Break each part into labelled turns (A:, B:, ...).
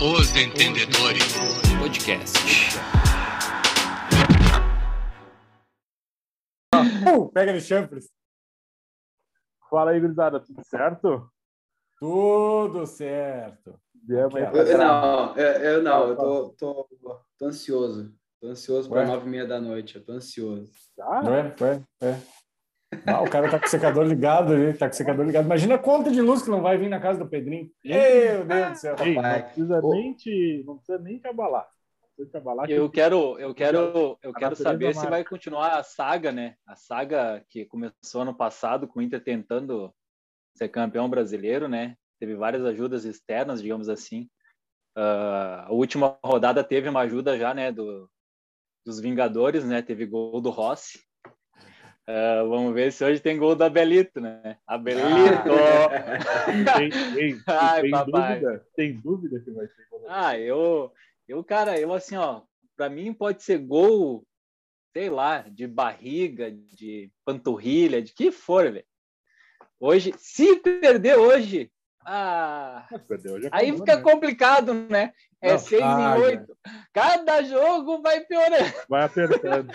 A: Os Entendedores
B: Podcast.
C: Uh, pega no chanfres.
D: Fala aí, gurizada, tudo certo?
C: Tudo certo.
D: Viemos aí
C: Aqui, ó.
D: pra
E: Eu
D: gravar.
E: não, eu, eu não, eu tô, tô, tô ansioso. Tô ansioso para
C: Ué?
E: nove e meia da noite, eu tô ansioso.
D: Ah,
C: Não é? Foi, é. Ah, o cara tá com o secador ligado ali, tá com o secador ligado. Imagina a conta de luz que não vai vir na casa do Pedrinho. Meu Deus do céu.
D: ei, não
E: Rapaz,
D: precisa
E: ô.
D: nem te, não precisa nem te abalar. Não precisa te abalar.
B: Eu quero, eu quero, eu
D: A
B: quero
D: natureza
B: saber se
D: marca.
B: vai continuar a saga, né? A saga que começou ano passado com o Inter tentando ser campeão brasileiro, né? Teve várias ajudas externas, digamos assim. Ah, a última rodada teve uma ajuda já, né? Do, dos Vingadores, né? Teve gol do Rossi. Ah, vamos ver se hoje tem gol da Belito, né?
D: Ah,
B: A Belito!
D: Tem, tem,
B: Ai,
D: tem
B: papai.
D: dúvida? Tem dúvida que vai ter. gol?
B: Ah, eu, eu, cara, eu assim, ó, pra mim pode ser gol, sei lá, de barriga, de panturrilha, de que for, velho. Hoje, se perder hoje, ah,
D: Perdeu, já
B: aí
D: acabou,
B: fica
D: né?
B: complicado, né? É
D: Não,
B: seis
C: ah,
B: em oito. Cada jogo vai piorando.
D: Vai apertando.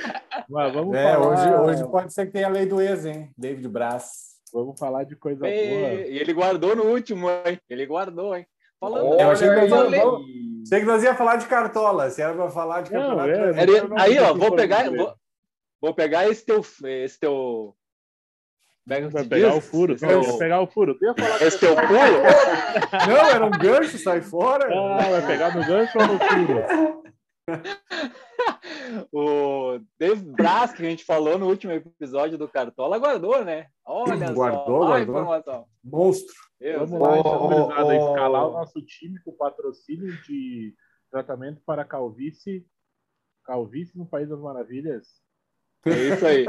D: Mas vamos
C: É, hoje,
D: falar,
C: hoje pode ser que tenha a lei do ex, hein? David Braz.
D: vamos falar de coisa boa.
B: E ele guardou no último, hein? Ele guardou, hein? Falando,
C: Eu achei que
B: eu
C: nós
B: falei-
C: vamos- Sei que nós ia falar de cartola, se era pra falar de
D: Não,
C: campeonato.
D: é,
C: brasileiro.
B: Era-
D: Eu não
B: aí, ó,
D: sei
B: vou
D: se
B: pegar,
D: foi
B: vou, vou pegar esse teu, esse teu, pega o que
D: Vai
B: se
D: pegar o
B: diz?
D: furo.
B: Esse é
D: Vai
B: teu,
D: pegar o furo. Eu ia falar que
B: esse teu pulo?
C: Não, era um gancho, sai fora.
D: Ah, vai pegar no gancho ou no furo?
B: O David Braz, que a gente falou no último episódio do Cartola, guardou, né? Olha
C: Guardou,
B: só, olha a
C: guardou.
B: informação.
C: Monstro.
B: Meu
D: Vamos
B: Deus.
D: lá,
E: Ô,
D: então,
E: ô,
D: gurizada,
E: ô.
D: escalar o nosso time com patrocínio de tratamento para calvície. Calvície no País das Maravilhas.
B: É isso aí.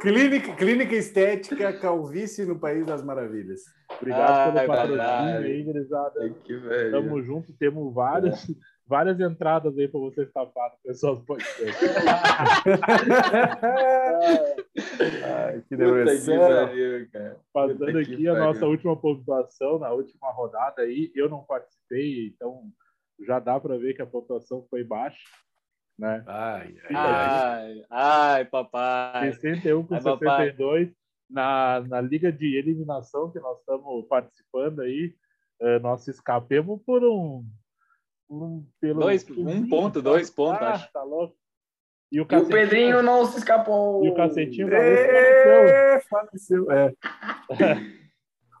C: Clínica, clínica estética calvície no País das Maravilhas.
D: Obrigado
B: Ah,
D: pelo
B: é
D: patrocínio
E: verdade.
D: aí, gurizada.
E: Que velho.
D: Tamo junto, temos várias, várias entradas aí pra vocês taparem, pessoal do podcast.
E: Ai, que
C: depressão.
E: pariu, cara.
D: Passando
E: Puta que
D: aqui a
E: pariu.
D: nossa última pontuação na última rodada aí, eu não participei, então já dá pra ver que a pontuação foi baixa, né?
C: Ai,
B: Ah, Ai, ai, papai.
D: 61 com
B: Ai, papai.
D: 62 na, na liga de eliminação que nós estamos participando aí, eh, nós escapemos por um, um pelo
B: Dois, um ponto, dois pontos,
D: Ah,
B: acho.
D: tá louco. E o
E: E o
D: Cacetinho-
E: Pedrinho não se escapou.
D: E o cacetinho da luz
C: É, faleceu,
D: faleceu.
C: é.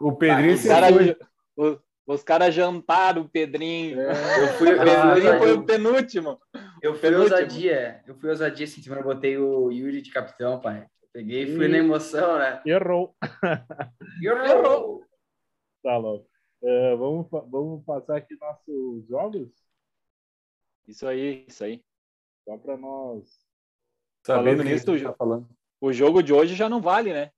C: O Pedrinho
E: Os
B: Os
C: se
B: caras
C: foi.
B: os, os cara jantaram o Pedrinho.
D: É,
E: Eu fui, eu
B: O
E: fui
B: Pedrinho foi o
E: ousadia.
B: penúltimo.
E: Eu fui
B: penúltimo.
E: Ah, ousadia. Eu fui ousadia essa semana, eu botei o Yuri de capitão, pai. Peguei e fui
D: Ih.
E: na emoção, né?
D: Errou.
E: Errou!
D: Tá louco. Eh, vamos, fa- vamos passar aqui nossos jogos?
B: Isso aí, isso aí.
D: Só pra nós.
B: Falando
C: do que
B: nisso,
C: a gente tá falando.
B: O jogo de hoje já não vale, né?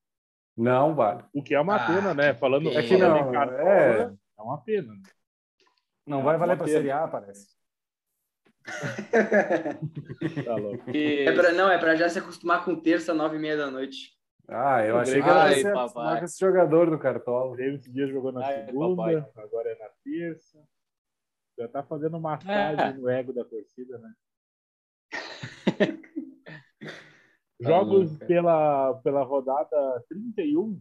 C: Não, vale.
D: O que é uma
E: Ah,
D: pena, né? Falando
E: que
D: é
E: pena.
D: que
C: Não,
D: é... é uma pena. né?
C: Não vai valer pra
D: Uma pena.
C: Série A, parece.
D: Tá louco.
B: Que-
E: É pra, não, é pra já se acostumar com terça, nove e meia da noite.
C: Ah, eu
D: O
C: achei que
D: Grêmio-
C: era
B: Ai,
C: esse,
B: papai.
C: acostumar com esse jogador do
D: O
C: Cartola.
D: Grêmio esse dia jogou na
B: Ai,
D: segunda,
B: papai.
D: agora é na terça. Já tá fazendo massagem
B: É.
D: no ego da torcida, né?
E: Tá
D: Jogos
E: louco, cara.
D: pela, pela rodada 31.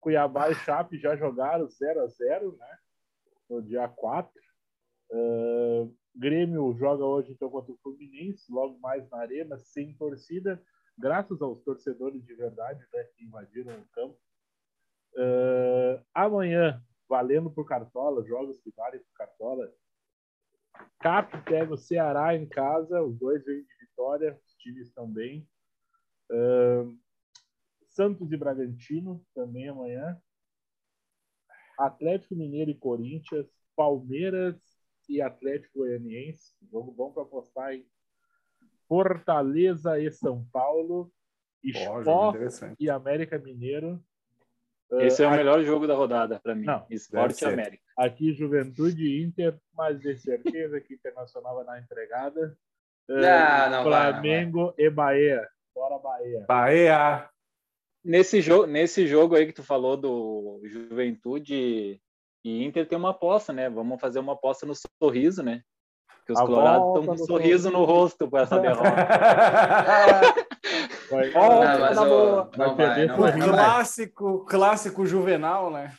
D: Cuiabá e Chape já jogaram 0x0, né? No dia 4. Ah, Grêmio joga hoje então contra o Fluminense, logo mais na arena, sem torcida, graças aos torcedores de verdade né, que invadiram o campo. Ah, amanhã, valendo por Cartola, jogos que valem por Cartola. Cap pega o Ceará em casa, os dois vêm de vitória, os times estão bem. Ah, Santos e Bragantino também amanhã. Atlético Mineiro e Corinthians, Palmeiras e Atlético Goianiense. Jogo bom para apostar em Fortaleza e São Paulo.
C: Ó,
D: Sport
C: jogo interessante.
D: e América Mineiro.
B: Esse é o
D: Ah,
B: melhor jogo da rodada pra mim.
D: Não,
B: Esporte
C: deve ser.
B: América.
D: Aqui Juventude e Inter, mas de certeza que Internacional vai dar entregada. Eh,
E: Não, não, vai,
D: Flamengo e Bahia. Bora Bahia.
C: Bahia.
B: Nesse jogo, nesse jogo aí que tu falou do Juventude E Inter tem uma aposta, né? Vamos fazer uma aposta no sorriso, né? Porque os
D: A
B: colorados
D: volta
B: estão com um
D: do
B: sorriso no rosto para essa derrota.
D: Vai,
C: Ó,
E: Ah, mas
C: na
E: ô,
C: boa.
E: não
D: Vai
E: vai,
D: perder
E: não
D: pro
E: vai, não é. vai.
C: clássico, clássico juvenal, né?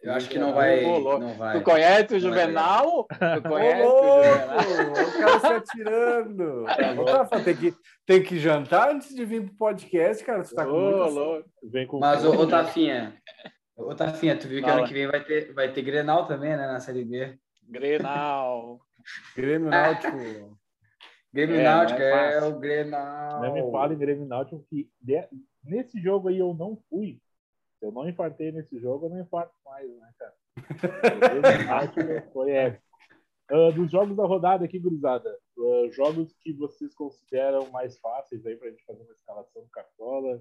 E: Eu acho que não vai.
B: Ô, louco.
E: Não vai.
B: Tu conhece o
E: Não é
B: Juvenal? Tu
C: Ô,
B: conhece o é Juvenal?
C: louco! O cara se atirando. Tá bom, Rafa, tem, que, tem que jantar antes de vir pro podcast, cara. Tu tá com
B: Ô,
C: muita
B: louco.
D: Vem com
E: Mas, ô, ô Tafinha, ô Tafinha, tu viu que ano
B: Fala.
E: que vem vai ter, vai ter Grenal também, né, na Série B.
B: Grenal.
C: Grêmio Náutico.
E: Grêmio
B: É,
E: Náutico
B: não é
E: é,
B: fácil.
E: o Grenal.
D: Não me fala em Grêmio e Náutico que de- nesse jogo aí eu não fui. Se eu não infartei nesse jogo, eu não infarto mais, né, cara? Grêmio e Náutico foi épico. Ah, dos jogos da rodada aqui, gurizada. ah, jogos que vocês consideram mais fáceis aí pra gente fazer uma escalação do Cartola.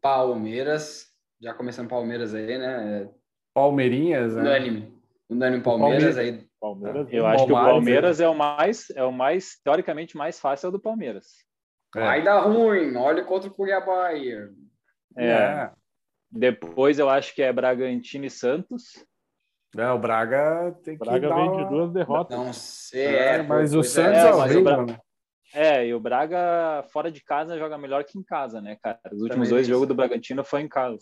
E: Palmeiras. Já começando Palmeiras aí, né?
C: É. Palmeirinhas, né?
E: Unânime. Unânime Palmeiras aí.
D: Palmeiras.
B: Eu acho que o
C: Palmeiras,
B: Palmeiras é o mais, é o mais, teoricamente, mais fácil é o do Palmeiras.
C: É.
E: Vai dar ruim. Olha contra o Cuiabá aí.
B: É,
C: É.
B: Depois eu acho que é Bragantino e Santos.
C: É, o Braga tem que
D: Braga
C: dar
D: vem
C: uma-
D: de duas derrotas.
E: Não sei.
C: É,
E: é,
C: mas
E: pô,
C: o
E: pois
C: Santos
B: é,
C: é,
B: mas o
C: horrível,
B: Bra-
C: né?
B: É, e o Braga fora de casa joga melhor que em casa, né, cara? Os últimos
E: Também
B: dois
E: isso.
B: jogos do Bragantino foi em casa.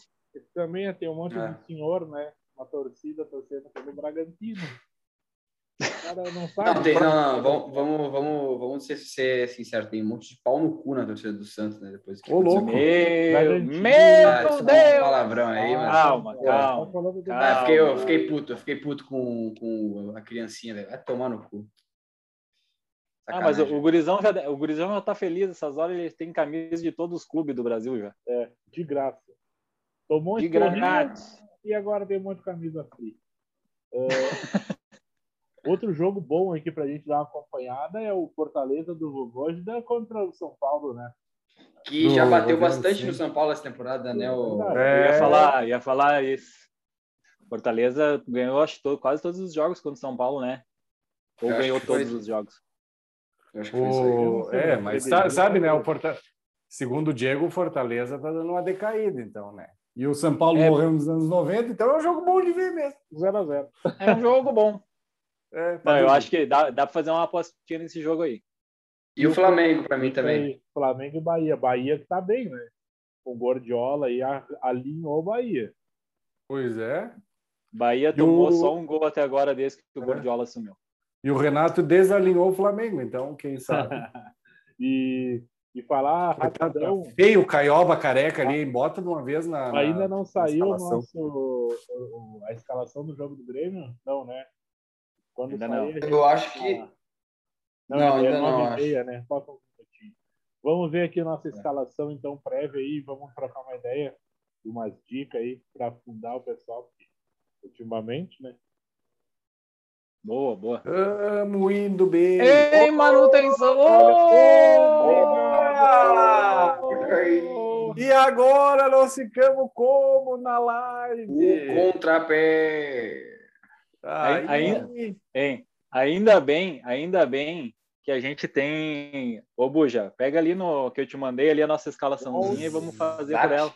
D: Também tem um monte
E: É.
D: de senhor, né? Uma torcida torcendo pelo Bragantino. O cara não sabe.
E: Não, tem, não, não, vamos, vamos, vamos, vamos ser, ser sinceros, tem um monte de pau no cu na torcida do Santos, né? Depois que
C: Ô, louco.
E: aconteceu.
B: Meu,
D: Bragantino.
E: Ah,
B: meu
E: desculpa o
B: Deus!
E: palavrão aí,
C: Ah,
E: mas.
B: Calma,
E: Pô,
B: calma.
D: Ah, Tá falando do
B: Calma.
E: Ah, eu fiquei, eu fiquei puto, eu fiquei puto com, com a criancinha, velho. Vai tomar no cu.
B: Ah, mas o, o
E: Sacanagem.
B: gurizão já, o Gurizão já tá feliz essas horas, ele tem camisa de todos os clubes do Brasil já.
D: De graça. Tomou
B: De
D: esporrinha
B: granados.
D: e agora tem um monte de camisa fria. É, outro jogo bom aqui pra gente dar uma acompanhada é o Fortaleza do Vovógida contra o São Paulo, né?
E: Que já
C: Do-
E: bateu
C: do-
E: bastante
C: sim.
E: no São Paulo essa temporada, né? O...
D: Verdade.
B: Eu
C: É.
B: ia falar, ia falar isso. Fortaleza ganhou, acho, to- quase todos os jogos contra o São Paulo, né? Ou
E: Eu acho
B: ganhou
E: que foi.
B: todos os jogos.
E: Eu acho que foi isso aí.
C: O...
D: sei,
C: É,
D: não
C: mas
D: acredito.
C: tá- sabe, né? O Forta... Segundo o Diego, o Fortaleza tá dando uma decaída, então, né? E o São Paulo
B: É.
C: morreu nos anos 90, então é um jogo bom de ver mesmo.
D: 0x0.
B: É um jogo bom.
C: É, pra
B: Não, eu
C: ver.
B: acho que dá, dá pra fazer uma apostinha nesse jogo aí.
E: E o Flamengo, pra mim também.
D: Aí, Flamengo e Bahia. Bahia que tá bem, né? Com Gordiola e a- alinhou o Bahia.
C: Pois é.
B: Bahia
C: o-
B: tomou só um gol até agora desde que o
C: É.
B: Gordiola assumiu.
C: E o Renato desalinhou o Flamengo, então, quem sabe?
D: E, e falar
C: Coitado, tá
D: rapidão.
C: feio o Caioba careca ali, bota de uma vez na. na-
D: Ainda não saiu o
C: escalação.
D: nosso, o- o- a escalação do jogo do Grêmio? Não, né? Quando
B: Ainda
D: sair,
B: não.
D: a gente
E: Eu acho que.
D: fala.
E: Não,
D: é
E: ainda não,
D: 19 e
E: acho. É.
D: meia, né? Falta um minutinho. Vamos ver aqui a nossa escalação, então, prévia aí. Vamos trocar uma ideia, umas dicas aí para afundar o pessoal porque ultimamente, né?
B: Boa, boa.
C: Amo indo bem.
B: Ei, manutenção!
C: Opa!
E: O
C: E agora nós ficamos como na live?
E: contrapé.
C: Aí-
B: Aí- Hein? Ainda bem, ainda bem que a gente tem. Ô, Buja, pega ali no que eu te mandei ali a nossa escalaçãozinha e vamos fazer por ela.
E: É.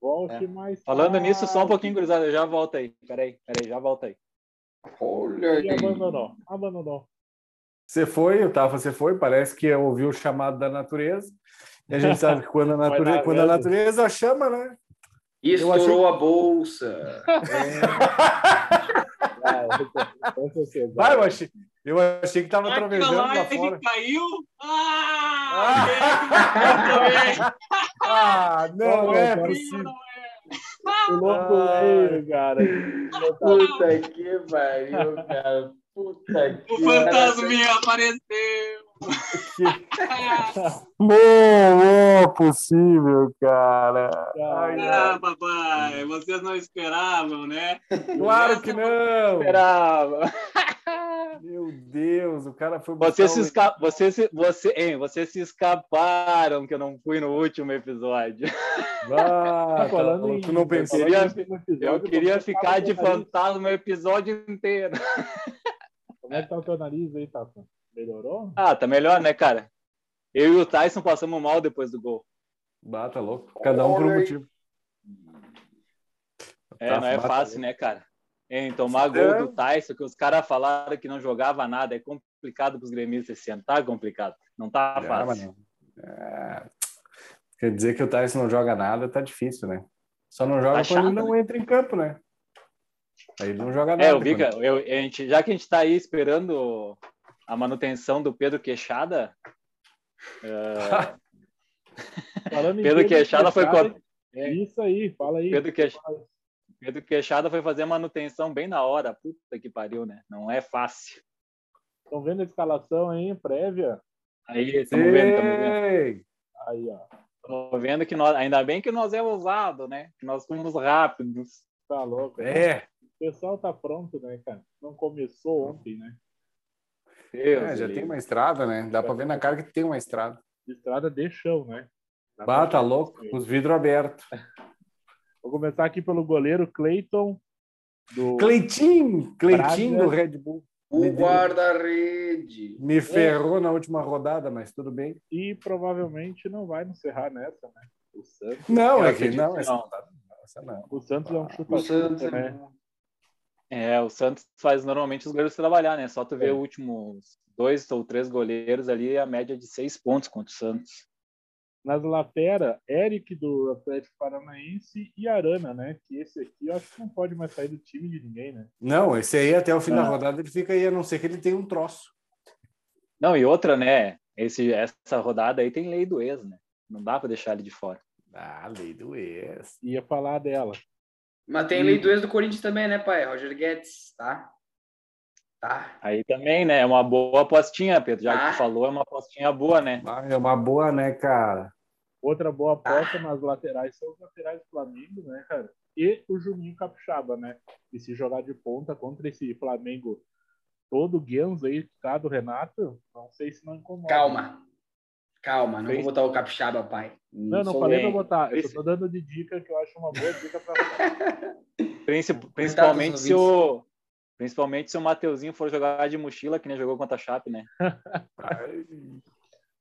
D: Volte mais.
B: Falando
D: tarde.
B: nisso, só um pouquinho, gurizada, eu já volto aí. Peraí, peraí, já volto aí.
E: Olha aí.
D: E abandonou, abandonou.
C: Você foi, o Tafa, você foi, parece que ouviu o chamado da natureza. E a gente sabe que quando a natureza,
D: largando.
C: quando a natureza chama, né?
E: Estourou a bolsa.
D: Ah, essa- essa sociedade.
C: Vai, eu achei, eu achei que tava atravessando lá fora.
B: caiu?
C: Ah, Ah, não
D: Olha,
C: é
D: cara,
C: possível.
D: O louco
B: Ah,
C: Ai.
B: é.
D: veio, cara.
E: Puta que pariu, cara. Puta que
B: apareceu!
C: Não é possível, cara.
D: Ai,
C: Ah,
B: papai, vocês não esperavam, né?
C: Claro que não.
B: Esperava.
C: Meu Deus, o cara foi
B: Vocês
C: botar
B: se,
C: o-
B: esca... você se... Você... Hein, vocês se escaparam que eu não fui no último episódio.
C: Ah,
D: Tá
C: tá
D: falando
C: louco,
D: em-
C: tu não pensou.
B: queria-
D: falando em episódio,
B: Eu queria
D: como é que tá
B: ficar
D: o
B: de
D: teu nariz?
B: fantasma o episódio inteiro.
D: Como é que tá o teu nariz aí, Tata? Melhorou?
B: Ah, tá melhor, né, cara? Eu e o Tyson passamos mal depois do gol.
C: Ah, tá louco. Cada um por um
E: Olha aí.
C: motivo.
B: É,
C: Tá
B: não é
C: fácil,
B: fácil, né, cara? Hein, tomar gol do Tyson, que os caras falaram que não jogava nada. É complicado para os gremistas esse ano. Tá complicado. Não tá
C: Ah, mas não.
B: fácil.
C: É, Quer dizer que o Tyson não joga nada, tá difícil, né? Só não joga
B: Tá
C: quando ele
B: chato,
C: não entra em campo, né? Aí ele não joga nada.
B: É, eu vi que
C: quando-
B: eu- a gente, já que a gente está aí esperando a manutenção do Pedro Queixada, eh,
D: Falando em
B: Pedro Queixada foi
D: Queixada,
B: É.
D: Isso aí, fala aí.
B: Pedro, Queix- Pedro Queixada foi fazer a manutenção bem na hora. Puta que pariu, né? Não é fácil.
D: Estão vendo a escalação aí, prévia?
B: Aí, estamos vendo, estamos vendo.
C: Ei!
D: Aí, ó.
B: Tamo vendo que nós, ainda bem que nós é ousado, né? Que nós fomos rápidos.
D: Tá louco.
C: É,
D: O pessoal tá pronto, né, cara? Não começou ontem, né?
B: Deus
C: é, já tem
B: me livre.
C: uma estrada, né? Dá pra ver na cara que tem uma estrada.
D: Estrada de chão, né? Tá
C: Bata
D: bom.
C: louco, com os vidros abertos.
D: Vou começar aqui pelo goleiro Cleiton. Do...
C: Cleitinho, Cleitinho
D: Braga.
C: do Red Bull.
E: O
C: Meu Deus.
E: guarda-rede.
B: É.
C: Me ferrou na última rodada, mas tudo bem.
D: E provavelmente não vai nos ferrar nessa, né? O Santos.
C: Não,
B: Eu
C: é que
B: acredito
C: não,
B: que
C: essa
B: não.
C: essa não.
D: O Santos é um chupa
E: O Santos
D: né?
B: É, o Santos faz normalmente os goleiros trabalhar, né? Só tu vê
C: É.
B: os últimos dois ou três goleiros ali, a média é de seis pontos contra o Santos.
D: Nas lateras, Eric do Atlético Paranaense e Arana, né? Que esse aqui eu acho que não pode mais sair do time de ninguém, né?
C: Não, esse aí até o fim da
B: Ah.
C: rodada ele fica aí, a não ser que ele tenha um troço.
B: Não, e outra, né? Esse, essa rodada aí tem lei do ex, né? Não dá pra deixar ele de fora.
C: Ah, lei do ex.
D: Ia falar dela.
E: Mas tem lei do ex do Corinthians também, né, pai? Roger Guedes, tá? Tá.
B: Aí também, né? É uma boa apostinha, Pedro. Já que
E: Ah.
B: tu falou, é uma apostinha boa, né?
C: Ah, É uma boa, né, cara?
D: Outra boa aposta nas laterais são os laterais do Flamengo, né, cara? E o Juninho Capixaba, né? E se jogar de ponta contra esse Flamengo todo Guenzo aí que tá do Renato, não sei se não incomoda.
E: Calma. Calma, não vou
B: Fez-
E: botar o capixaba, pai.
D: Não, não
E: sou
D: falei pra
E: gay.
D: botar. Eu só
B: Esse-
D: tô dando de dica que eu acho uma boa dica pra rodar.
B: Princi-
E: dos
B: principalmente se o. Principalmente se o Mateuzinho for jogar de mochila, que nem jogou contra a Chape, né?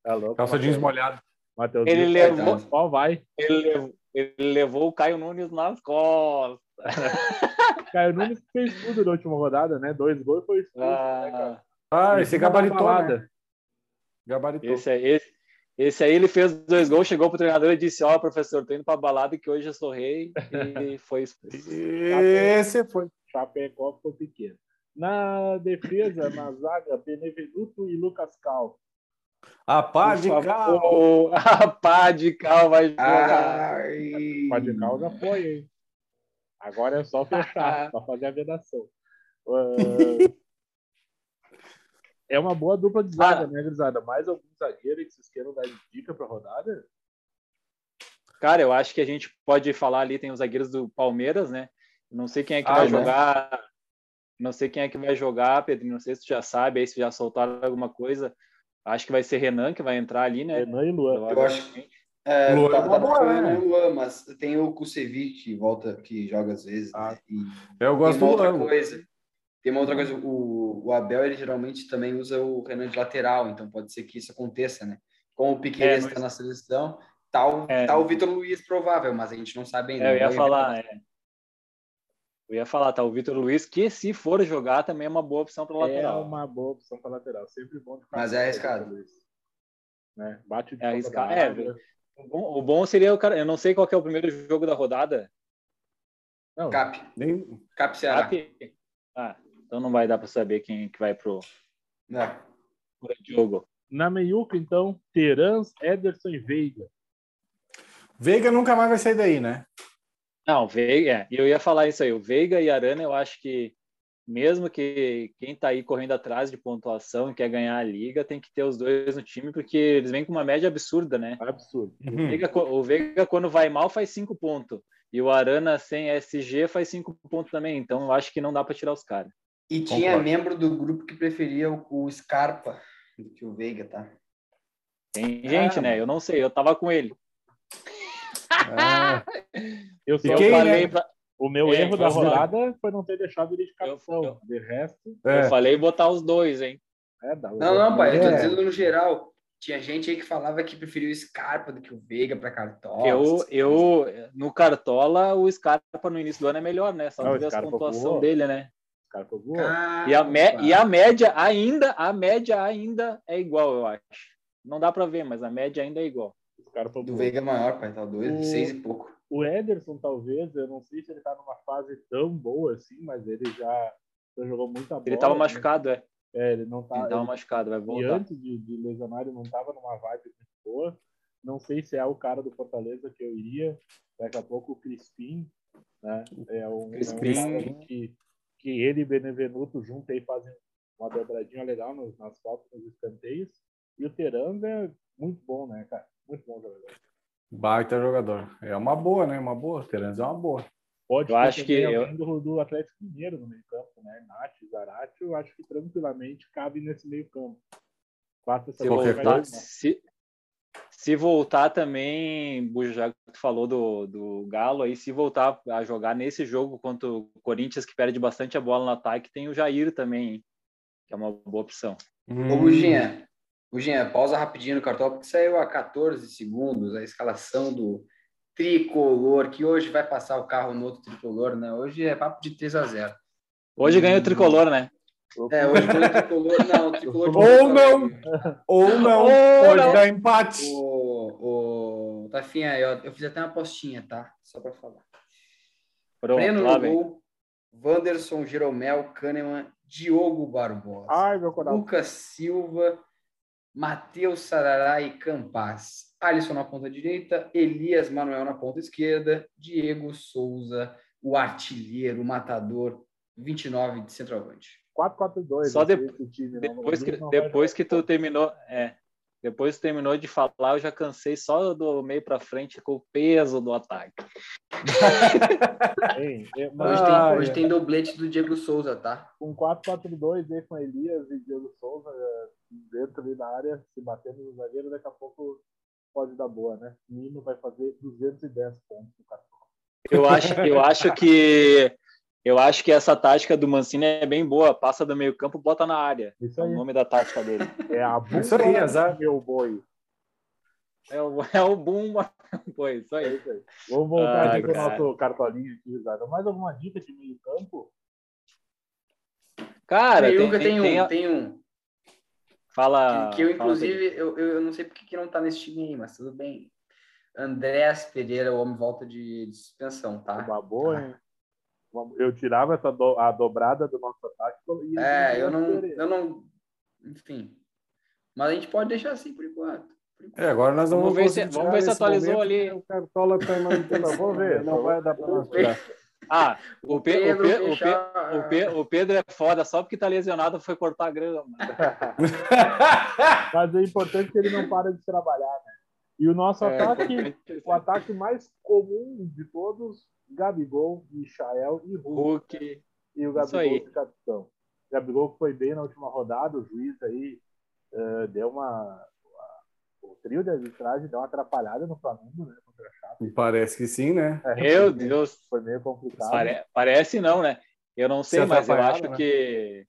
D: Tá louco,
C: Calça jeans molhada.
D: Matheus.
B: Ele levou,
E: Coitado.
D: Qual vai?
B: ele, levou, ele levou o Caio Nunes nas costas.
D: Caio Nunes que fez tudo na última rodada, né? Dois gols e foi expulso. né, cara?
B: Ah,
C: Ah, esse
D: Isso
C: gabaritou,
D: é uma
C: né?
D: balada.
C: Gabaritou.
B: esse, aí- esse, esse aí ele fez dois gols, chegou pro treinador e disse: Ó, professor, tô indo pra balada que hoje eu sou rei. E foi expulso.
C: Esse foi.
D: Chapecó ficou pequeno. Na defesa, na zaga, Benevenuto e Lucas Cal.
C: A pá
B: Por
C: de
B: favor,
C: carro.
B: A pá de cal Ah, vai jogar.
E: Ai.
D: Pode Cal já foi, hein? Agora é só fechar, só fazer a vedação. Ah, É uma boa dupla de zaga,
B: Cara.
D: né, Grisada? Mais algum zagueiro aí que vocês queiram dar de dica pra rodada?
B: Cara, eu acho que a gente pode falar ali, tem os zagueiros do Palmeiras, né? Não sei quem é que
E: Ah,
B: vai
E: né?
B: jogar. Não sei quem é que vai jogar, Pedro. Não sei se tu já sabe, aí se já soltaram alguma coisa. Acho que vai ser Renan que vai entrar ali, né?
D: Renan e Luan.
E: Eu acho que. É,
C: Luan
E: tá,
C: é uma
E: tá
C: boa,
E: bacana,
C: né?
E: o Luan, mas tem o Kusevic que volta, que joga às vezes,
C: Ah.
E: né? E
C: Eu gosto
E: tem
C: do
E: uma outra
C: Luan.
E: coisa. Tem uma outra coisa. O, o Abel, ele geralmente também usa o Renan de lateral, então pode ser que isso aconteça, né? Como o
B: É,
E: Piqueires
B: mas-
E: está na seleção, tal,
B: É.
E: tal o Vitor Luiz provável, mas a gente não sabe ainda. né?
B: É, eu ia
E: Vai-
B: falar, é. Eu ia falar, tá? O Vitor Luiz, que se for jogar, também é uma boa opção para
D: É
B: lateral.
D: uma boa opção pra lateral. Sempre bom de
E: Mas é arriscado.
D: Né? Bate de
B: É
D: fora
B: arriscado,
D: da
B: é,
D: área.
B: O, bom, o bom seria o cara. Eu não sei qual que é o primeiro jogo da rodada.
D: Não,
E: Cap,
C: Nem-
E: Cap Ceará.
B: Cap- Ah, então não vai dar para saber quem que vai pro,
E: Não.
B: pro jogo.
D: Na meiuca, então, Terans, Ederson e Veiga.
C: Veiga nunca mais vai sair daí, né?
B: Não, o Veiga. é, eu ia falar isso aí. O Veiga e Arana, eu acho que mesmo que quem tá aí correndo atrás de pontuação e quer ganhar a liga, tem que ter os dois no time, porque eles vêm com uma média absurda, né?
D: Absurdo.
B: O Veiga, co- o Veiga, quando vai mal, faz cinco pontos. E o Arana sem SG faz cinco pontos também. Então, eu acho que não dá para tirar os caras.
E: E tinha
C: Concordo.
E: membro do grupo que preferia o, o Scarpa do que o Veiga, tá?
B: Tem
D: É.
B: gente, né? Eu não sei, eu tava com ele.
C: Ah,
D: Eu só
B: Eu
C: Fiquei,
B: falei
C: né?
B: pra-
D: O meu
B: É,
D: erro da
B: mas não.
D: rodada foi não ter deixado ele de capitão.
B: Eu- eu-
D: De resto,
B: eu
C: é.
B: falei botar os dois, hein?
D: é da
E: Não, não, pai, eu tô
C: É.
E: dizendo no geral. Tinha gente aí que falava que preferiu o Scarpa do que o Veiga para Cartola.
B: Eu,
E: essas coisas.
B: eu, no Cartola, o Scarpa no início do ano é melhor, né? Só
D: Não,
B: não,
D: o
B: ver as
D: Scarpa
B: pontuação
D: voou.
B: dele, né?
D: O cara foi voando.
B: E a, me-
E: Caramba.
B: e a média ainda, a média ainda é igual, eu acho. Não dá pra ver, mas a média ainda é igual.
D: O cara foi
E: Do
D: voando.
E: Veiga é maior, pai, tá dois,
B: Hum.
D: O-
E: seis e pouco.
D: O Ederson, talvez, eu não sei se ele tá numa fase tão boa assim, mas ele já, já jogou muita bola.
B: Ele tava
D: né?
B: machucado, é.
D: É, ele não tá.
B: Ele tava
D: ele-
B: machucado, vai
D: E
B: voltar.
D: antes de, de lesionar, ele não tava numa vibe muito boa. Não sei se é o cara do Fortaleza que eu iria. Daqui a pouco o Crispim, né? É um,
E: Crispim.
D: é um cara que, que ele e Benevenuto juntam e fazem uma dobradinha legal nos, nas faltas, nos escanteios. E o Teranga é muito bom, né, cara? Muito bom jogador.
C: Baita jogador. É uma boa, né? Uma boa. Terence é uma boa.
D: Pode
B: Eu
D: ter
B: acho que
D: também
B: eu-
D: alguém do, do Atlético Mineiro no meio campo, né? Nath, Zarate, eu acho que tranquilamente cabe nesse meio campo. Basta essa
B: Se
C: Qualquer
B: voltar,
D: qualidade, né?
B: se, se voltar também, Bujo, já que tu falou do, do Galo, aí se voltar a jogar nesse jogo contra o Corinthians, que perde bastante a bola no ataque, tem o Jair também, hein, que é uma boa opção.
E: Ô, Buginha, Buginha, pausa rapidinho no cartão, porque saiu há 14 segundos a escalação do tricolor, que hoje vai passar o carro no outro tricolor, né? Hoje é papo de 3 a 0
B: Hoje
E: Hum.
B: ganha o tricolor, né?
E: É, hoje foi o tricolor, não, o tricolor... de
C: Ou
E: Porto
C: não.
E: Alegre.
C: Ou não.
B: Ou
C: pode
B: não.
C: dar empate.
E: O, o Tafinha, eu, eu fiz até uma apostinha, tá? Só pra falar.
B: Pronto,
E: Breno
B: lá
E: no
B: vem.
E: gol, Wanderson, Jeromel, Kahneman, Diogo Barbosa.
B: Ah,
D: Ai, meu coração.
E: Lucas Silva, Matheus Sarará e Campas. Alisson na ponta direita, Elias Manuel na ponta esquerda, Diego Souza, o artilheiro, o matador, 29 de centroavante.
D: 4-4-2.
B: Só
D: esse-
B: de-
D: esse time, né?
B: Depois
D: O
B: que,
D: Bruno não vai
B: depois
D: jogar.
B: que tu terminou, é, depois que tu terminou de falar, eu já cansei só do meio pra frente com o peso do ataque.
D: Hein, é, mas
E: Hoje,
C: Ah,
E: tem, um hoje
C: é.
E: tem doblete do Diego Souza, tá?
D: com 4-4-2 aí com Elias e Diego Souza é, dentro ali da área, se batendo no zagueiro, daqui a pouco pode dar boa, né? Nino vai fazer 210 pontos no cartão.
B: Eu acho, eu acho que eu acho que essa tática do Mancini é bem boa. Passa do meio campo, bota na área.
D: Isso
B: É o
D: aí.
B: nome da tática dele.
D: É a bunda
C: Isso aí, azar.
D: do meu boi.
B: É o, é o boom. Pô, isso
D: É
B: aí.
D: isso aí. Vamos voltar
B: Ah,
D: aqui pro
B: cara.
D: nosso cartolinho aqui, Zaga. Mais alguma dica de meio campo?
B: Cara, tem,
E: Meiuca tem,
B: tem, tem
E: um,
B: a-
E: tem um.
B: fala.
E: que, que eu,
B: Ah, fala, Pedro.
E: inclusive, eu, eu eu não sei porque que não tá nesse time aí, mas tudo bem. Andrés Pereira, o homem volta de, de suspensão, tá?
D: Uma boa, hein? Uma- Eu tirava essa do- a dobrada do nosso ataque. e-
E: É, eu não, eu não. Enfim. Mas a gente pode deixar assim por enquanto.
C: É, agora
D: Então,
C: nós
B: Vamos
C: vamos
B: ver se-
C: conseguir
B: vamos ver se
C: tirar esse
B: atualizou
C: momento,
B: ali.
D: né?
C: porque O Cartola tá em manutenção.
D: Vou ver,
C: Não
D: vou-
C: vai dar pra nós tirar.
B: Ah, o, Pe- o, Pe- o, Pe-
E: deixa-
B: o, Pe- o Pedro é foda, só porque tá lesionado foi cortar a grama.
D: Mas é importante que ele não para de trabalhar, né? E o nosso
B: É,
D: ataque, o ataque mais comum de todos, Gabigol, Michael e Hulk.
B: Hulk.
D: E o
B: isso
D: Gabigol
B: aí.
D: de capitão. Gabigol que foi bem na última rodada, o juiz aí eh, deu uma... O trio de arbitragem deu uma atrapalhada no Flamengo, né? Contra a Chape.
C: Parece que sim, né?
B: Meu Deus.
D: Foi meio complicado.
B: Pare- parece não, né? Eu não sei,
C: Se
B: mas eu
C: atrapalharam,
B: acho
C: né?
B: que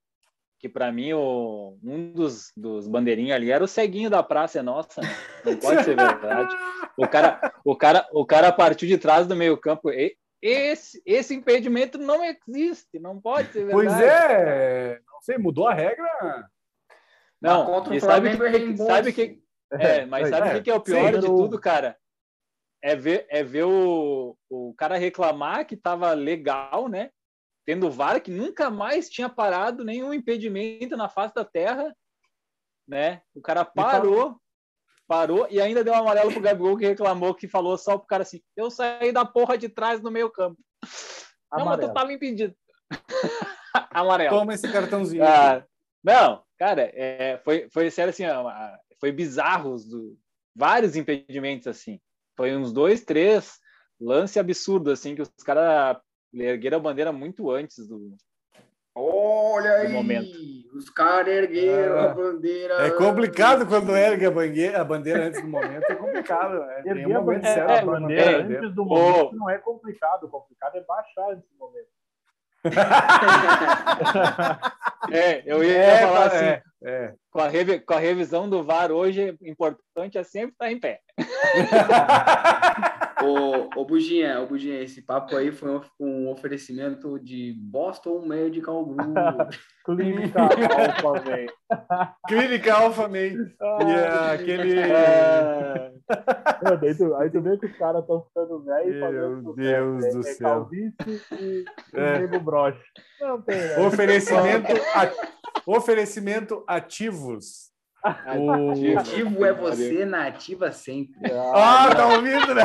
B: que para mim o, um dos, dos bandeirinhos ali era o ceguinho da praça é nossa. né? Não pode ser verdade. O cara, o cara, o cara partiu de trás do meio campo. E- Esse, esse impedimento não existe, não pode ser verdade.
C: Pois é. Não sei, mudou a regra.
B: Não,
E: Mas contra o
B: e sabe
E: Flamengo
B: que-
E: é reembolso.
B: sabe que- É, mas sabe o que que é o pior
C: sim.
B: de tudo, cara? É ver, é ver o, o cara reclamar que tava legal, né? Tendo o VAR que nunca mais tinha parado nenhum impedimento na face da terra, né? O cara parou, parou e ainda deu um amarelo pro Gabigol que reclamou, que falou só pro cara assim, eu saí da porra de trás no meio campo. Não, mas
D: Amarelo.
B: tu tava impedido. amarelo.
C: Toma esse cartãozinho.
B: Ah, não, cara, é, foi, foi sério assim, ó, a- foi bizarro os do- vários impedimentos assim. Foi uns dois, três lance absurdo assim que os caras ergueram a bandeira muito antes do.
E: Olha aí!
B: No momento.
E: Os caras ergueram
C: Ah,
E: a bandeira.
C: É complicado quando ergue a bandeira, a bandeira antes do momento. É complicado, né? Tem um
D: Erguer a
C: momento
D: bandeira,
C: certo pra
B: é,
C: bandeira
D: a bandeira
C: erguer.
D: né? antes do
B: Ô.
D: momento não é complicado. O complicado é baixar antes do momento.
B: É, eu ia
C: É,
B: falar assim.
D: "Ah,
C: é, é.
B: com a, revi- com a revisão do VAR hoje, importante é sempre estar em pé.
E: Ô, ô Buginha, ô Buginha, esse papo aí foi um, um oferecimento de Boston Medical Group.
D: Clínica Alpha, velho.
C: Clínica Alpha May. E
D: assim,
C: é aquele.
D: "Ah, Mano, aí, tu, aí tu vê que os caras estão ficando velho e fazendo
C: Meu Deus
D: sucesso, né?
C: do
D: é
C: céu.
D: Calvície e
C: É.
D: é. nego broche. Não tem, né?
C: Oferecimento,
D: assim".
C: a- Oferecimento ativos. O-
E: Ativo é você na ativa sempre.
C: Ah, tá ouvindo, né?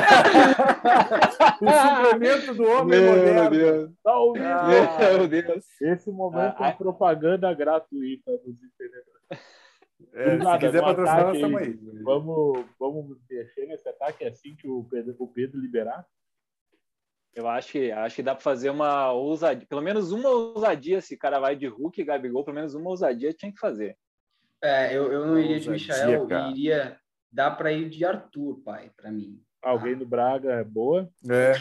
C: o suplemento do homem moderno.
B: Deus.
D: Tá ouvindo?
B: Meu Deus.
D: Esse momento
B: Ah,
D: é propaganda gratuita dos entendedores.
C: É, se
D: Nada,
C: quiser
D: no
C: patrocinar, nós
D: ataque
C: estamos
D: aí.
C: aí.
D: Vamos, vamos mexer nesse ataque assim que o Pedro, o Pedro liberar?
B: Eu acho que, acho que dá para fazer uma ousadia, pelo menos uma ousadia, se o cara vai de Hulk e Gabigol, pelo menos uma ousadia tinha que fazer.
E: É, eu, eu não iria de
C: Ousadia,
E: Michael,
C: cara.
E: eu iria. Dá pra ir de Arthur, pai, pra mim.
D: Alguém do Braga é boa.
C: É.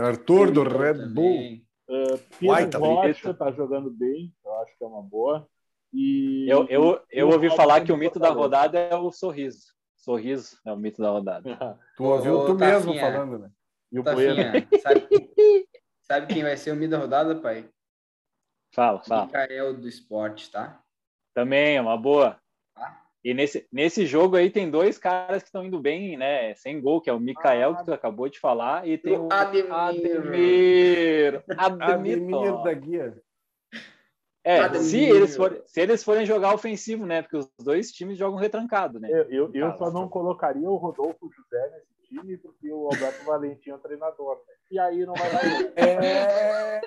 C: Arthur do
E: Também.
C: Red Bull.
D: Uh,
C: Uai,
D: Pedro
C: tá
D: Rocha tá jogando bem, eu acho que é uma boa. E
B: Eu, eu, eu
D: o
B: ouvi
D: Robson
B: falar que o
D: do
B: mito da
D: Fortaleza.
B: rodada é o sorriso. Sorriso é o mito da rodada.
C: Tu ouviu
E: Ô,
C: tu mesmo
E: Tafinha.
C: falando, né?
D: e o Bueno.
E: Tafinha, Então, assim, é, sabe, sabe quem vai ser o mid da rodada, pai?
B: Fala, fala.
E: Michael do esporte, tá?
B: Também é uma boa.
D: Ah.
E: Tá.
B: E nesse, nesse jogo aí tem dois caras que estão indo bem, né? Sem gol, que é o Mikael,
D: Ah.
B: que tu acabou de falar, e tem
E: O
B: o
E: Ademir.
B: Ademir.
C: A
B: Ademir.
C: menina da guia.
B: É,
E: Ademir.
B: se eles, forem, se eles forem jogar ofensivo, né? Porque os dois times jogam retrancado, né?
D: Eu, eu, eu
B: Fala,
D: só não colocaria o Rodolfo José nesse time porque o Alberto Valentim é o treinador. né? E aí não vai dar.
C: É.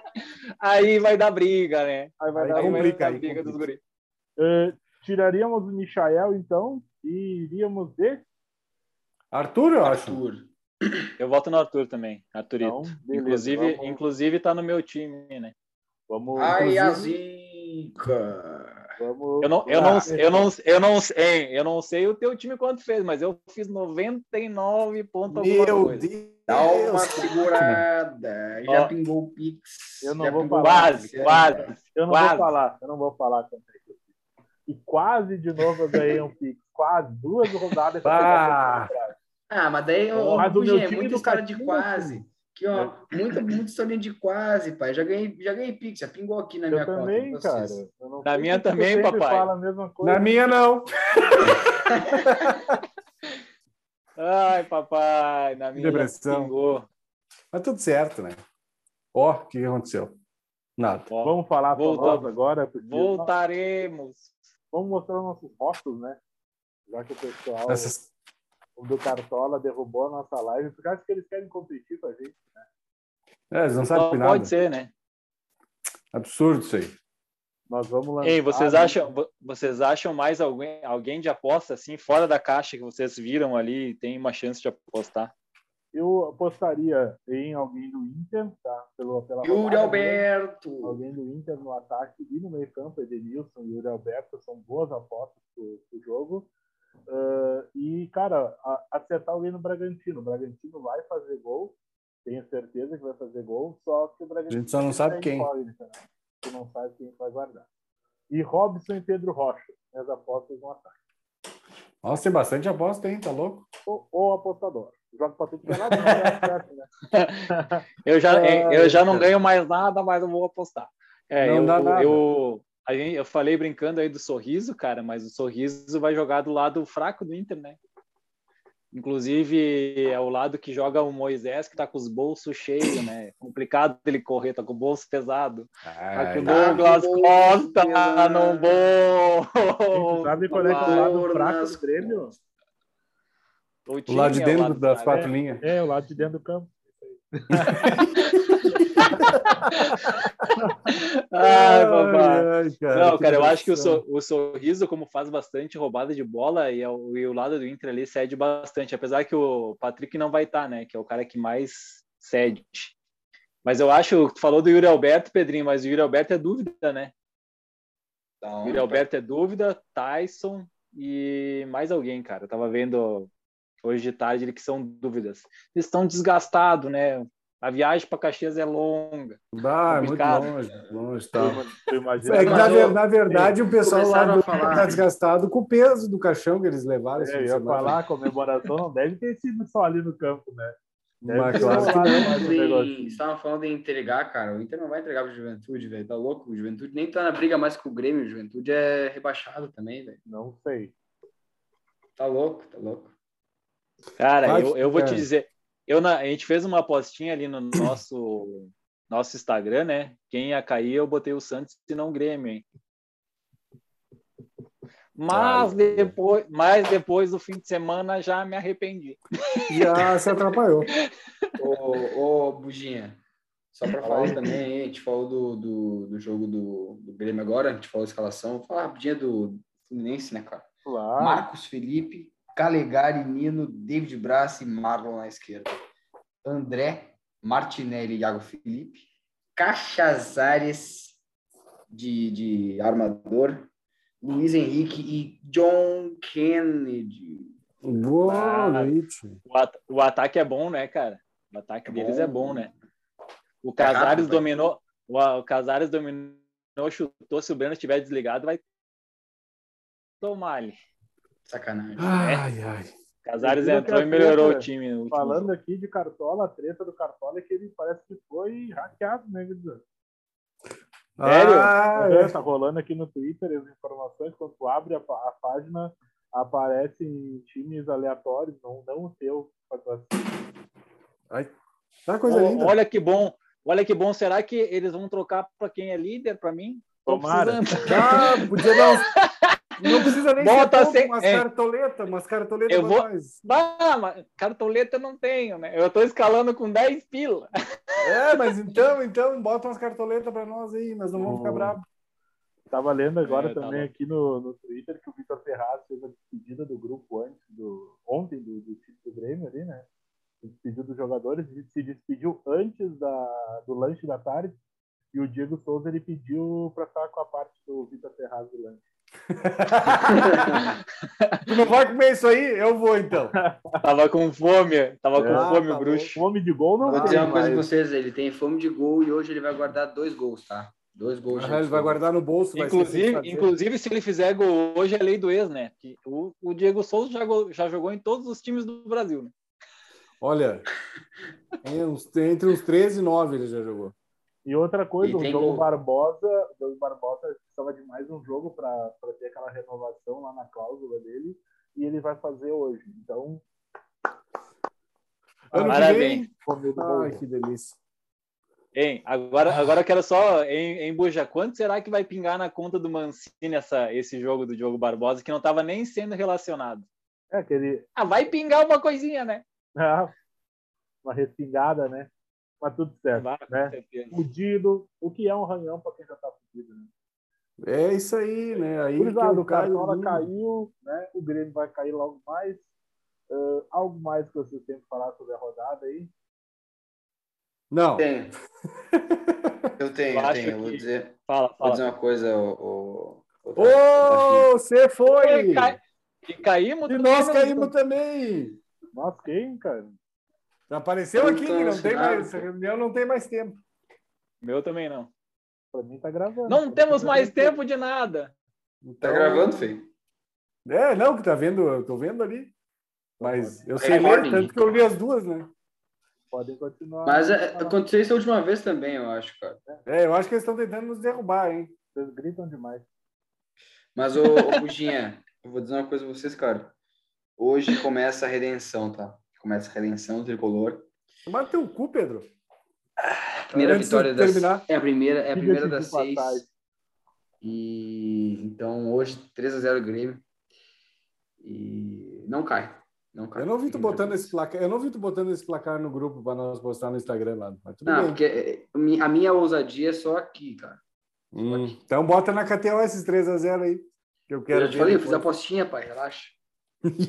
B: Aí vai dar briga, né?
D: Aí vai
C: Aí
D: dar
B: Aí vai
C: complica,
B: dar
C: aí
B: briga dos
C: complica.
B: guris.
D: Eh, tiraríamos o Michael, então, e iríamos de.
C: Arthur, eu acho.
E: Arthur.
B: Eu voto no Arthur também, Arthurito.
D: Então, beleza,
B: inclusive,
D: vamos-
B: inclusive tá no meu time, né?
D: Vamos.
E: Ai, a
D: inclusive,
E: zica.
D: vamos
B: Eu não, eu não,
D: Ah,
B: eu não, eu não, hein, eu não sei o teu time quanto fez, mas eu fiz 99 pontos alguma
C: Meu
B: coisa.
C: Deus.
E: Dá uma segurada. Já
B: Ó.
E: pingou o Pix.
D: Eu não
E: já
D: vou
E: pingou o
D: falar.
E: Pix,
B: Quase,
E: é.
B: quase.
D: Eu não
B: Quase.
D: vou falar, eu não vou falar quanto é que eu fiz. E quase de novo eu ganhei um Pix. Quase duas rodadas.
C: Ah.
E: Ah, mas daí
D: Ó,
E: ô,
D: mas o
E: Bugia,
D: meu
E: é
D: time tá
E: muita
D: do
E: história de
D: Caxias,
E: quase. Que, ó,
D: É.
E: muito, muito historinha de quase, pai. Já ganhei, já ganhei Pix, já pingou aqui na minha
D: eu também,
E: conta.
D: cara.
E: vocês.
D: Eu não
B: Na
D: sei
B: minha
D: por que tu
B: também,
D: sempre
B: papai.
D: Fala a mesma coisa.
C: Na minha, não.
B: Ai, papai, na minha
C: Depressão.
B: já pingou.
C: Mas tudo certo, né? Ó, o que que aconteceu? Nada.
B: Ó,
D: Vamos falar com
B: Voltamos.
D: nós agora. porque
B: Voltaremos.
D: Vamos mostrar os nossos rostos, né? Já que o pessoal
C: Essas-
D: do Cartola derrubou a nossa live. Por causa que eles querem competir com a gente.
C: É, eles não
B: Só
C: sabem nada.
B: pode ser, né?
C: Absurdo isso aí.
D: Nós vamos lançar.
B: Ei, vocês acham, vo- vocês acham mais alguém, alguém de aposta assim fora da caixa que vocês viram ali e tem uma chance de apostar?
D: Eu apostaria em alguém do Inter, tá? Pelo, pela
E: Yuri
D: rodada mesmo.
E: Alberto.
D: Alguém do Inter no ataque e no meio campo, Edenilson e Yuri Alberto, são boas apostas pro, pro jogo. Ah, e, cara, a- acertar alguém no Bragantino. O Bragantino vai fazer gol, tenho certeza que vai fazer gol, só que o Bragantino.
C: gente só não sabe
D: é
C: quem.
D: incógnita, né? Tu não sabe quem vai guardar. E Robson e Pedro Rocha, minhas apostas no ataque.
C: Nossa, tem bastante aposta, hein? Tá louco?
D: Ou, ou apostador. Joga pra tudo que é lado, não dá certo, né?
B: Eu já,
D: Ah,
B: eu já não ganho mais nada, mas eu vou apostar. É,
C: Não
B: eu,
C: dá nada.
B: eu, a gente, eu falei brincando aí do sorriso, cara, mas o sorriso vai jogar do lado fraco do Inter, né? Inclusive, é o lado que joga o Moisés, que tá com os bolsos cheios, né? É Complicado ele correr, tá com o bolso pesado. Tá
C: Ai,
B: com o
E: tá
B: Douglas
E: com o
B: Costa
E: bolso
B: no
D: Gente,
B: bolso.
D: sabe qual é, que é o lado
E: Dor
D: fraco
E: nas
D: do Grêmio?
C: o lado de
B: time é o
C: dentro
B: lado
C: das
B: fraco.
C: quatro linhas.
D: É, o lado de dentro do campo.
B: Ai, papai.
C: Ai, cara,
B: Não, cara, eu acho que o,
C: diversão.
B: sor- o sorriso, como faz bastante roubada de bola, e, é o- e o lado do Inter ali cede bastante, apesar que o Patrick não vai estar, né? Que é o cara que mais cede. Mas eu acho, tu falou do Yuri Alberto, Pedrinho, mas o Yuri Alberto é dúvida, né?
E: Então,
B: O Yuri Alberto é dúvida, Tyson e mais alguém, cara. Eu tava vendo hoje de tarde ele que são dúvidas. Eles estão desgastados, né? A viagem para Caxias é longa.
A: Ah, é muito
B: Complicado.
A: longe, longe, tá.
D: Tu imagina.
C: É que, na,
E: Mas
C: ver-
E: eu-
C: na verdade, o pessoal lá
E: começaram
C: do
E: a falar.
C: tá desgastado com o peso do caixão que eles levaram. esse
D: É,
C: fim
D: eu
C: de
D: ia
C: semana.
D: falar, a comemoração não deve ter sido só ali no campo, né? Deve
C: Mas
D: ter
C: claro que
D: rolado
C: não.
D: mais um
E: Em,
D: negocinho.
E: estavam falando em entregar, cara. O Inter não vai entregar pro Juventude, velho. Tá louco? O Juventude nem tá na briga mais com o Grêmio. O Juventude é rebaixado também, velho.
D: Não sei.
E: Tá louco, tá louco.
B: Cara,
C: Vai,
B: eu, eu vou te
C: é.
B: dizer. Eu na- a gente fez uma apostinha ali no nosso, nosso Instagram, né? Quem ia cair, eu botei o Santos e não o Grêmio, hein? Mas
A: Ai,
B: depois, mas depois do fim de semana já me arrependi.
C: Já se atrapalhou.
E: Ô, ô Buginha, só pra falar também, hein, a gente falou do, do, do jogo do, do Grêmio agora, a gente falou a escalação. Vou falar rapidinho do Fluminense, né, cara?
D: Claro.
E: Marcos Felipe, Calegari, Nino, David Braz e Marlon na esquerda. André, Martinelli e Iago Felipe. Cachazares de, de armador. Luiz Henrique e John Kennedy.
C: Boa
B: Ah.
C: noite.
B: O, at- o ataque é bom, né, cara? O ataque
E: É
B: deles
E: bom.
B: é bom, né? O
E: É rápido,
B: Casares
E: velho.
B: dominou, o, o Casares dominou, chutou. Se o Breno estiver desligado, vai tomar ali.
E: Sacanagem.
B: É?
C: Ai, ai.
B: Casares
D: Eu vi
B: entrou e
D: outra
B: melhorou
D: treta,
B: o time. no último jogo.
D: Falando aqui de Cartola, a treta do Cartola é que ele parece que foi hackeado, né, Guilherme?
B: Sério?
C: Ah,
D: É,
C: é.
D: tá rolando aqui no Twitter as informações, quando tu abre a, pá- a página, aparecem times aleatórios, não, não o teu.
C: Tá coisa
B: Ó,
C: linda.
B: Olha que bom. Olha que bom. Será que eles vão trocar para quem é líder para mim? Tô
D: Tomara.
B: precisando.
C: Ah, podia dar uns... Não precisa nem ser
B: Bota
C: pouco,
B: sem-
C: umas
B: é.
C: cartoletas, umas cartoletas
B: Eu
C: pra
B: vou-
C: nós.
B: Ah, mas cartoleta eu não tenho, né? Eu tô escalando com 10 pila.
C: É, mas então, então, bota umas cartoletas pra nós aí, nós não vamos ficar
D: Hum.
C: bravos.
D: Tava lendo agora
B: É, tá
D: também
B: bom.
D: aqui no, no Twitter que o Vitor Ferraz fez a despedida do grupo antes do ontem do, do time do Grêmio ali, né? Se despediu dos jogadores e se despediu antes da, do lanche da tarde. E o Diego Souza ele pediu pra estar com a parte do Vitor Ferraz do lanche.
C: Tu não vai comer isso aí? Eu vou então.
B: Tava com fome. Tava com
C: Ah,
B: fome,
C: tá
B: o bruxo.
D: Fome de gol não
E: Vou
C: Ah,
E: dizer
D: tem,
E: uma coisa pra
D: mas
E: vocês, ele tem fome de gol e hoje ele vai guardar dois gols, tá? Dois gols.
C: Ah, ele vai guardar no bolso. vai esquecer de
B: Inclusive,
C: fazer.
B: inclusive, se ele fizer gol hoje, é lei do ex, né? Que O, o Diego Souza já, go- já jogou em todos os times do Brasil. Né?
C: Olha, é, uns- entre uns 13 e 9 ele já jogou.
D: E outra coisa,
E: E
D: o
E: tem
D: Diogo
E: gol.
D: Barbosa, o Diogo Barbosa precisava de mais um jogo para ter aquela renovação lá na cláusula dele, e ele vai fazer hoje. Então,
C: Ano
B: Parabéns.
C: que
D: comeu do
C: vem.
D: gol.
C: Ai, que delícia.
B: Hein, agora, agora eu quero só, hein, hein, Buja, quanto será que vai pingar na conta do Mancini essa, esse jogo do Diogo Barbosa, que não tava nem sendo relacionado?
D: É aquele.
B: Ah, vai pingar uma coisinha, né?
D: Ah, uma respingada, né? Mas tudo certo.
B: Vai,
D: né?
B: certeza.
D: Fudido. O que é um ranhão para quem já tá fudido, né?
C: É isso aí, né? Aí
D: Cruzado,
C: que
D: o Cartola
C: Caio-
D: caiu, né? O Grêmio vai cair logo mais. Ah, algo mais que vocês têm que falar sobre a rodada aí?
C: Não,
E: Eu tenho. Eu tenho,
B: Eu
E: eu
B: acho
E: tenho. Eu Vou
B: que-
E: dizer,
B: Fala,
E: vou
B: fala.
E: dizer uma coisa, o. tá
C: Ô, você foi!
B: E cai- E caímos.
C: E
B: tudo
C: nós
B: bem,
C: caímos
B: tudo
C: também!
D: Nossa, quem, cara?
C: Apareceu aqui,
E: Então,
C: não tem
E: sinal.
C: mais. Essa reunião não tem mais tempo.
B: bem. Meu também não.
D: Pra mim tá gravando.
B: Não temos mais tempo de nada.
E: Tá
C: Então-
E: gravando, filho?
C: É, não, que tá vendo, eu tô vendo ali. Mas eu sei ler,
E: Recording.
C: tanto que eu li as duas, né?
D: Podem continuar.
E: Mas é, aconteceu isso a última vez também, eu acho, cara.
C: É, eu acho que eles estão tentando nos derrubar, hein?
D: Vocês gritam demais.
E: Mas, ô, ô Buginha, eu vou dizer uma coisa pra vocês, cara. Hoje começa a redenção, tá? Começa a redenção do tricolor.
C: Tomara teu cu, Pedro.
E: Primeira
C: Antes de
E: vitória das.
C: terminar.
E: É a primeira, é a
D: Diga-se
E: primeira
D: de
E: das seis.
D: passagem.
E: E então hoje 3 a 0 Grêmio. E não cai, não cai.
C: Eu não vi tu botando esse placar, eu não vi tu botando esse placar no grupo para nós postar no Instagram lá. Mas tudo
E: Não,
C: bem.
E: porque é, a minha- a minha ousadia é só aqui, cara.
C: Hum, então bota na KTO esses 3x0 aí. Que eu quero
E: eu já te
C: ver
E: falei, eu fiz
C: depois.
E: a apostinha, pai, relaxa.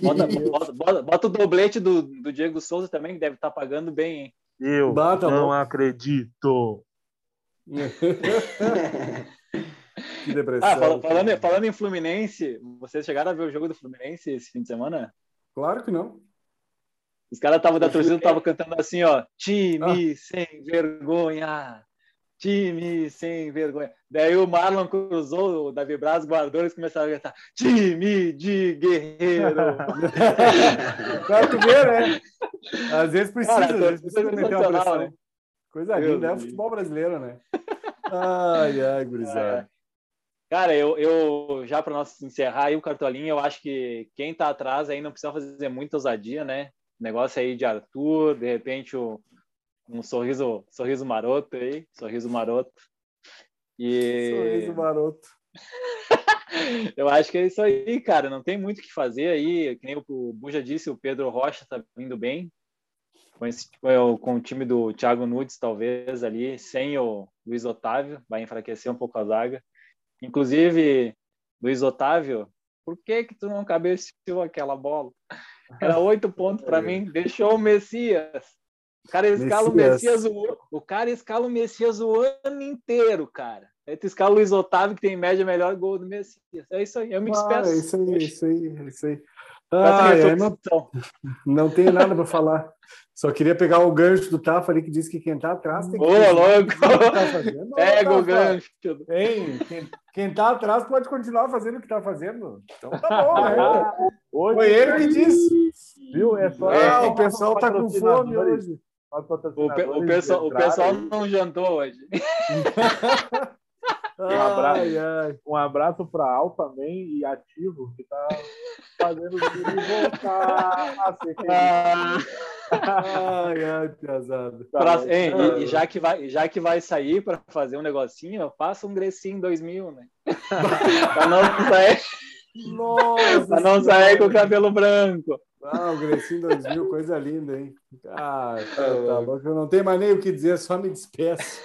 B: Bota, bota- bota- bota o doblete do, do Diego Souza também, que deve estar pagando bem, hein?
D: Eu
C: Bah, tá
D: não
C: bom.
D: acredito.
C: Que depressão.
B: Ah, fala- falando, falando em Fluminense, vocês chegaram a ver o jogo do Fluminense esse fim de semana?
C: Claro que não.
B: Os caras estavam da torcida, estavam cantando assim, ó.
C: Ah.
B: Time sem vergonha. Time sem vergonha. Daí o Marlon cruzou, o Davi Braz guardou, eles começaram a gritar: time de guerreiro.
C: Pra tu ver, né? Às vezes precisa,
B: Cara,
C: às vezes precisa
B: torcida
C: meter uma
B: sensacional,
C: pressão.
B: né?
C: Coisa
B: Deus
C: linda, é o
B: me
C: futebol brasileiro, né? Ai, ai, gurizada.
B: É. Cara, eu, eu já para nós encerrar aí o cartolinha, eu acho que quem tá atrás aí não precisa fazer muita ousadia, né? Negócio aí de Arthur, de repente o- um sorriso, sorriso maroto aí, sorriso maroto. E
C: Sorriso maroto.
B: eu acho que é isso aí, cara. Não tem muito o que fazer aí. Que nem o- o Buja disse, o Pedro Rocha tá vindo bem. Com, esse- com o- com o time do Thiago Nunes, talvez, ali, sem o Luiz Otávio, vai enfraquecer um pouco a zaga. Inclusive, Luiz Otávio, por que que tu não cabeceou aquela bola? Era oito pontos para mim, deixou o Messias. O cara escala o
C: Messias.
B: Messias o, o cara escala o Messias o ano inteiro, cara. Aí tu escala o Luiz Otávio, que tem em média melhor gol do Messias. É isso aí, eu me Tá,
C: Ah,
B: despeço.
C: é isso aí, é isso aí, é isso aí.
B: Com essa
C: Ai, ai, não,
B: reflexão.
C: não tenho nada para falar. Só queria pegar o gancho do Tafa ali que diz que quem tá atrás tem que.
B: Ô, louco!
C: tá
B: Pega o gancho.
C: Hein? Quem, quem tá atrás pode continuar fazendo o que tá fazendo. Então tá bom, né?
D: Hoje,
C: Foi ele que disse.
D: viu? É só.
B: É,
C: Ah, o pessoal tá com fome hoje.
B: O, pe- o pessoal, o pessoal não jantou hoje.
C: Um
D: abraço.
C: Ai, ai.
D: Um abraço para Alfa também e Ativo, que tá fazendo o time voltar a ser querido.
C: Ah, Ai, ai, piazada.
B: Pra-
D: mas-
B: Um hein, e, e já que vai, já que vai sair para fazer um negocinho, faça um Grecinho 2000, né? pra não sair,
C: Nossa!
B: pra não sair com o cabelo branco.
C: Ah, o Grecinho 2000, coisa linda, hein? Ah, tá,
E: Ah,
C: tá louco. Eu não tenho mais nem o que dizer, só me despeço.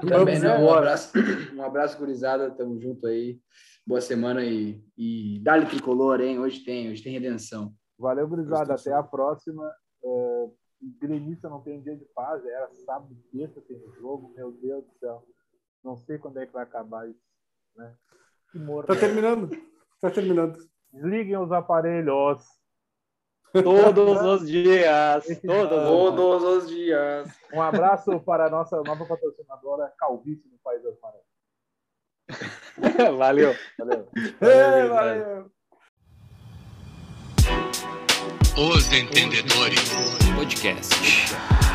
E: Também
C: Vamos
E: não. Um
C: embora.
E: abraço, um abraço, gurizada. Tamo junto aí. Boa semana e, e dá-lhe tricolor, hein? Hoje tem, hoje tem redenção.
D: Valeu, gurizada.
E: Eu estou
D: Até a próxima. É, gremista não tem dia de paz. Era sábado e sexta tem jogo. Meu Deus do céu. Não sei quando é que vai acabar isso. Né? Que morro.
C: Tá terminando. Tá terminando.
D: Desliguem os aparelhos.
B: Todos os dias. Todos os
E: Todos os dias.
D: Um abraço para a nossa nova patrocinadora, Calvície no País das Marés.
C: Ah.
B: Valeu.
D: Valeu.
C: Ei, valeu.
A: Os Entendedores.
F: Podcast.